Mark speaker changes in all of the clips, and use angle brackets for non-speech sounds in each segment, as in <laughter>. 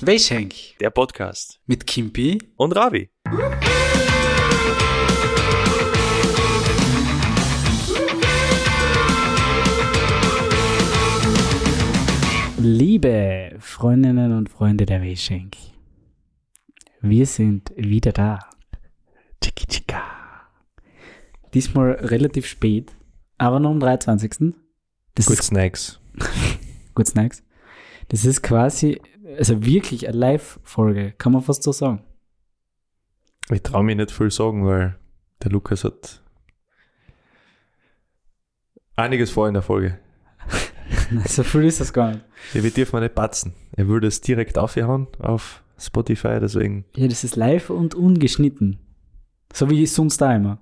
Speaker 1: Welchenk
Speaker 2: Der Podcast.
Speaker 1: mit Kimpi.
Speaker 2: Und Ravi.
Speaker 3: Liebe Freundinnen und Freunde der Weschenk, wir sind wieder da. Tschicki tschicka. Diesmal relativ spät, aber nur am 23. Das
Speaker 4: Good
Speaker 3: ist
Speaker 4: Snacks.
Speaker 3: gut Snacks. Das ist quasi, also wirklich eine Live-Folge, kann man fast so sagen. <laughs>
Speaker 4: Ich traue mich nicht viel sagen, weil der Lukas hat einiges vor in der Folge.
Speaker 3: so viel ist das gar nicht.
Speaker 4: Ja, Wir dürfen nicht patzen. Er würde es direkt aufhauen auf Spotify, deswegen.
Speaker 3: Ja, das ist live und ungeschnitten. So wie sonst da immer.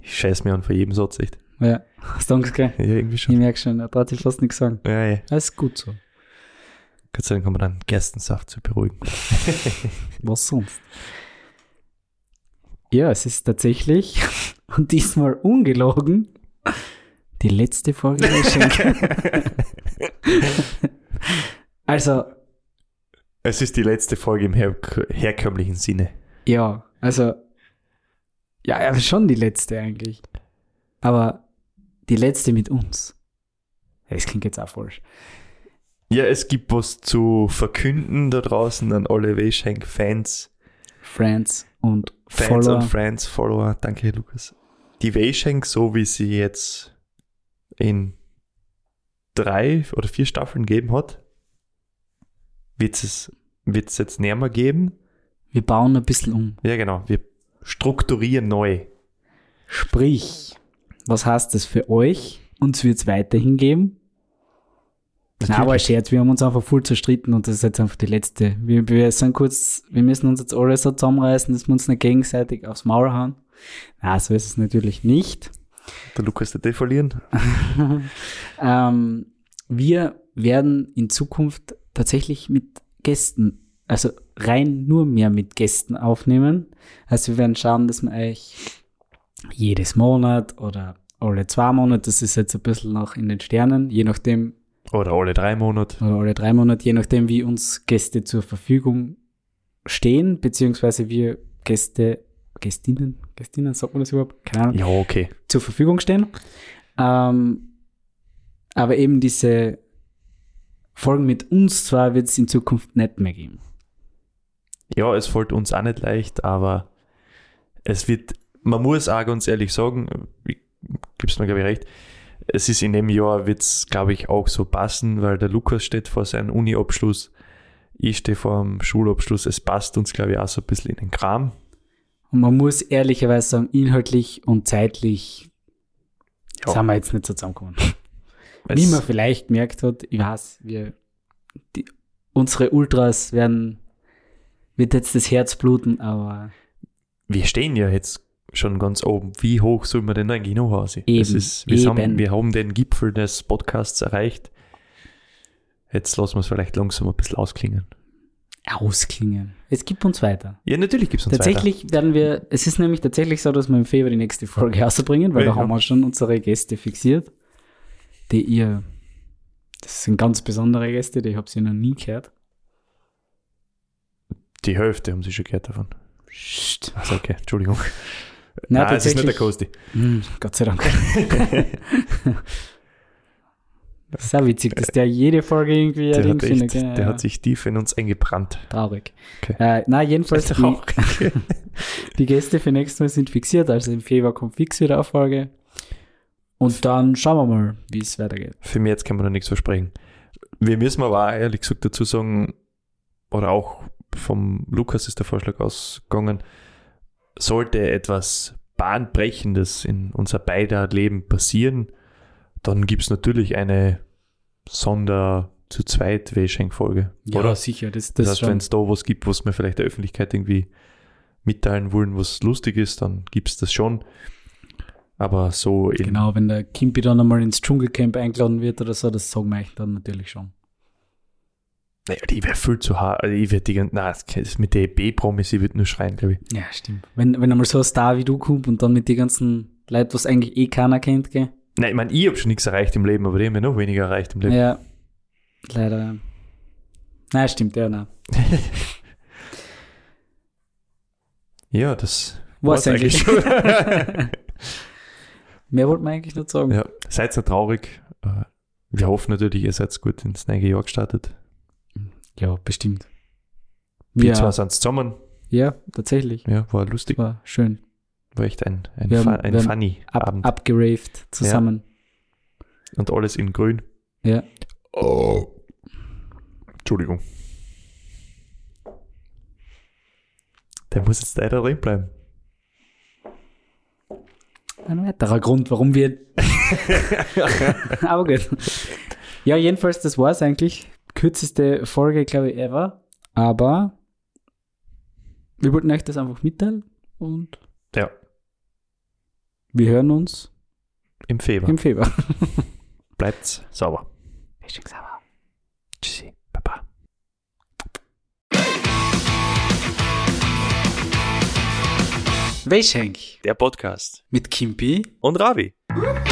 Speaker 4: Ich scheiß mir an vor jedem Satz echt.
Speaker 3: Ja, hast du Angst, gell?
Speaker 4: Ja, irgendwie
Speaker 3: Ich
Speaker 4: schon.
Speaker 3: merke schon, da darf ich fast nichts sagen.
Speaker 4: Ja, ja.
Speaker 3: Das ist gut so.
Speaker 4: Gott sei Dank haben wir dann Gerstensaft zu
Speaker 2: <laughs>
Speaker 4: beruhigen.
Speaker 3: Was sonst? Ja, es ist tatsächlich <laughs> und diesmal ungelogen die letzte Folge der
Speaker 4: <laughs>
Speaker 3: Geschenke. also,
Speaker 4: Es ist die letzte Folge im her herkömmlichen Sinne.
Speaker 3: ja, also, ja, ja, schon die letzte eigentlich. Aber die letzte mit uns. Das klingt jetzt auch falsch.
Speaker 4: Ja, es gibt was zu verkünden da draußen an alle Weschenk-Fans.
Speaker 3: Friends und
Speaker 4: Fans
Speaker 3: Follower.
Speaker 4: und Friends, Follower, danke Lukas. Die Weisheng, so wie sie jetzt in drei oder vier Staffeln gegeben hat, wird es wird's jetzt näher mehr geben.
Speaker 3: Wir bauen ein bisschen um.
Speaker 4: Ja, genau. Wir strukturieren neu.
Speaker 3: Sprich, was heißt das für euch? Uns wird es weiterhin geben. Nein, aber ein Scherz, wir haben uns einfach voll zerstritten und das ist jetzt einfach die letzte. Wir, wir sind kurz, wir müssen uns jetzt alle so zusammenreißen, dass wir uns nicht gegenseitig aufs Maul hauen. Na, so ist es natürlich nicht.
Speaker 4: Der Lukas wird eh verlieren.
Speaker 3: Ähm, wir werden in Zukunft tatsächlich mit Gästen, also rein nur mehr mit Gästen aufnehmen. Also wir werden schauen, dass wir euch jedes Monat oder alle zwei Monate, das ist jetzt ein bisschen noch in den Sternen, je nachdem,
Speaker 4: Oder alle drei Monate.
Speaker 3: oder alle drei Monate, je nachdem, wie uns Gäste zur Verfügung stehen, beziehungsweise wir Gäste, Gästinnen, Gästinnen, sagt man das überhaupt? Keine Ahnung
Speaker 4: Ja, okay.
Speaker 3: zur Verfügung stehen. Ähm, aber eben diese Folgen mit uns zwar wird es in Zukunft nicht mehr geben.
Speaker 4: Ja, es fällt uns auch nicht leicht, aber es wird, man muss auch ganz ehrlich sagen, ich- gibst mir glaube ich recht, es ist in dem Jahr, wird es glaube ich auch so passen, weil der Lukas steht vor seinem Uni-Abschluss, ich stehe vor dem Schulabschluss, es passt uns glaube ich auch so ein bisschen in den Kram.
Speaker 3: Und man muss ehrlicherweise sagen, inhaltlich und zeitlich
Speaker 4: Ja.
Speaker 3: sind wir jetzt nicht so zusammengekommen.
Speaker 4: Es,
Speaker 3: Wie man vielleicht gemerkt hat, ich weiß, wir, die, unsere Ultras werden, wird jetzt das Herz bluten, aber
Speaker 4: wir stehen ja jetzt schon ganz oben. Wie hoch soll man denn eigentlich noch aussehen?
Speaker 3: Eben,
Speaker 4: Es ist, wir, Haben,
Speaker 3: eben.
Speaker 4: wir haben den Gipfel des Podcasts erreicht. Jetzt lassen wir es vielleicht langsam ein bisschen ausklingen.
Speaker 3: ausklingen. Es gibt uns weiter.
Speaker 4: Ja, natürlich gibt es uns weiter.
Speaker 3: Tatsächlich werden wir, es ist nämlich tatsächlich so, dass wir im Februar die nächste Folge <laughs> rausbringen, weil
Speaker 4: Ja.
Speaker 3: da haben wir schon unsere Gäste fixiert, die ihr, das sind ganz besondere Gäste, die habt ihr noch nie gehört.
Speaker 4: Die Hälfte haben sie schon gehört davon.
Speaker 3: Psst.
Speaker 4: Also okay, Entschuldigung.
Speaker 3: <laughs> Nein,
Speaker 4: es ist nicht der
Speaker 3: tatsächlich-
Speaker 4: Kosti.
Speaker 3: Hm, Gott sei
Speaker 4: <laughs>
Speaker 3: Dank. das ist auch witzig, dass der jede Folge irgendwie ein
Speaker 4: Der,
Speaker 3: Ding
Speaker 4: hat, echt,
Speaker 3: findet. gell?
Speaker 4: der hat sich tief in uns eingebrannt.
Speaker 3: Traurig.
Speaker 4: Okay.
Speaker 3: Äh, nein, jedenfalls
Speaker 4: Ist
Speaker 3: die,
Speaker 4: auch-
Speaker 3: <laughs> die Gäste für nächstes Mal sind fixiert, also im Februar kommt fix wieder eine Folge. Und dann schauen wir mal, wie es weitergeht.
Speaker 4: Für mich jetzt kann man noch nichts versprechen. Wir müssen aber auch ehrlich gesagt dazu sagen, oder auch vom Lukas ist der Vorschlag ausgegangen, sollte etwas Bahnbrechendes in unser beider Leben passieren, dann gibt es natürlich eine Sonder- zu zweit folge oder?
Speaker 3: sicher, das,
Speaker 4: Das,
Speaker 3: das
Speaker 4: heißt, wenn es da was gibt, was wir vielleicht der Öffentlichkeit irgendwie mitteilen wollen, was lustig ist, dann gibt es das schon. Aber so eben,
Speaker 3: Genau, wenn der Kimpi dann einmal ins Dschungelcamp eingeladen wird oder so, das sagen wir euch dann natürlich schon.
Speaker 4: naja, die wäre viel zu hart. Also ich würde die ganze, nein, das kann- das mit der B-Promis, ich würde nur schreien, glaube ich.
Speaker 3: Ja, stimmt. Wenn, wenn einmal so ein Star wie du kommt und dann mit den ganzen Leuten, was eigentlich eh keiner kennt, gell?
Speaker 4: Nein, ich meine, ich habe schon nichts erreicht im Leben, aber die haben ja noch weniger erreicht im Leben.
Speaker 3: Ja, leider. Nein, stimmt, ja, nein.
Speaker 4: Ja, das
Speaker 3: War's
Speaker 4: war's
Speaker 3: eigentlich.
Speaker 4: schon.
Speaker 3: <laughs> Mehr wollte man eigentlich nicht sagen.
Speaker 4: ja, seid nicht traurig. Äh, Wir hoffen natürlich, ihr seid gut ins neue Jahr gestartet.
Speaker 3: Ja, bestimmt.
Speaker 4: Wir
Speaker 3: Ja.
Speaker 4: zwei sind zusammen.
Speaker 3: Ja, tatsächlich.
Speaker 4: Ja, war lustig.
Speaker 3: War schön.
Speaker 4: War echt ein, ein,
Speaker 3: Wir haben-
Speaker 4: fu- ein
Speaker 3: wir haben
Speaker 4: funny
Speaker 3: Ab,
Speaker 4: Abend.
Speaker 3: abgeraved zusammen.
Speaker 4: Und alles in grün.
Speaker 3: Ja.
Speaker 4: Oh. Entschuldigung. Der muss jetzt leider drin bleiben.
Speaker 3: Ein weiterer Grund, warum
Speaker 4: <laughs>
Speaker 3: wir. Aber gut. Ja, jedenfalls, das war's eigentlich. Kürzeste Folge, glaube ich, ever. Aber wir wollten euch das einfach mitteilen und
Speaker 4: Ja.
Speaker 3: wir hören uns
Speaker 4: Im Februar.
Speaker 3: im Februar.
Speaker 4: Bleibt's sauber. Tschüssi. Baba.
Speaker 3: Wäschenk
Speaker 4: Der Podcast
Speaker 3: mit Kimpi.
Speaker 4: und Ravi.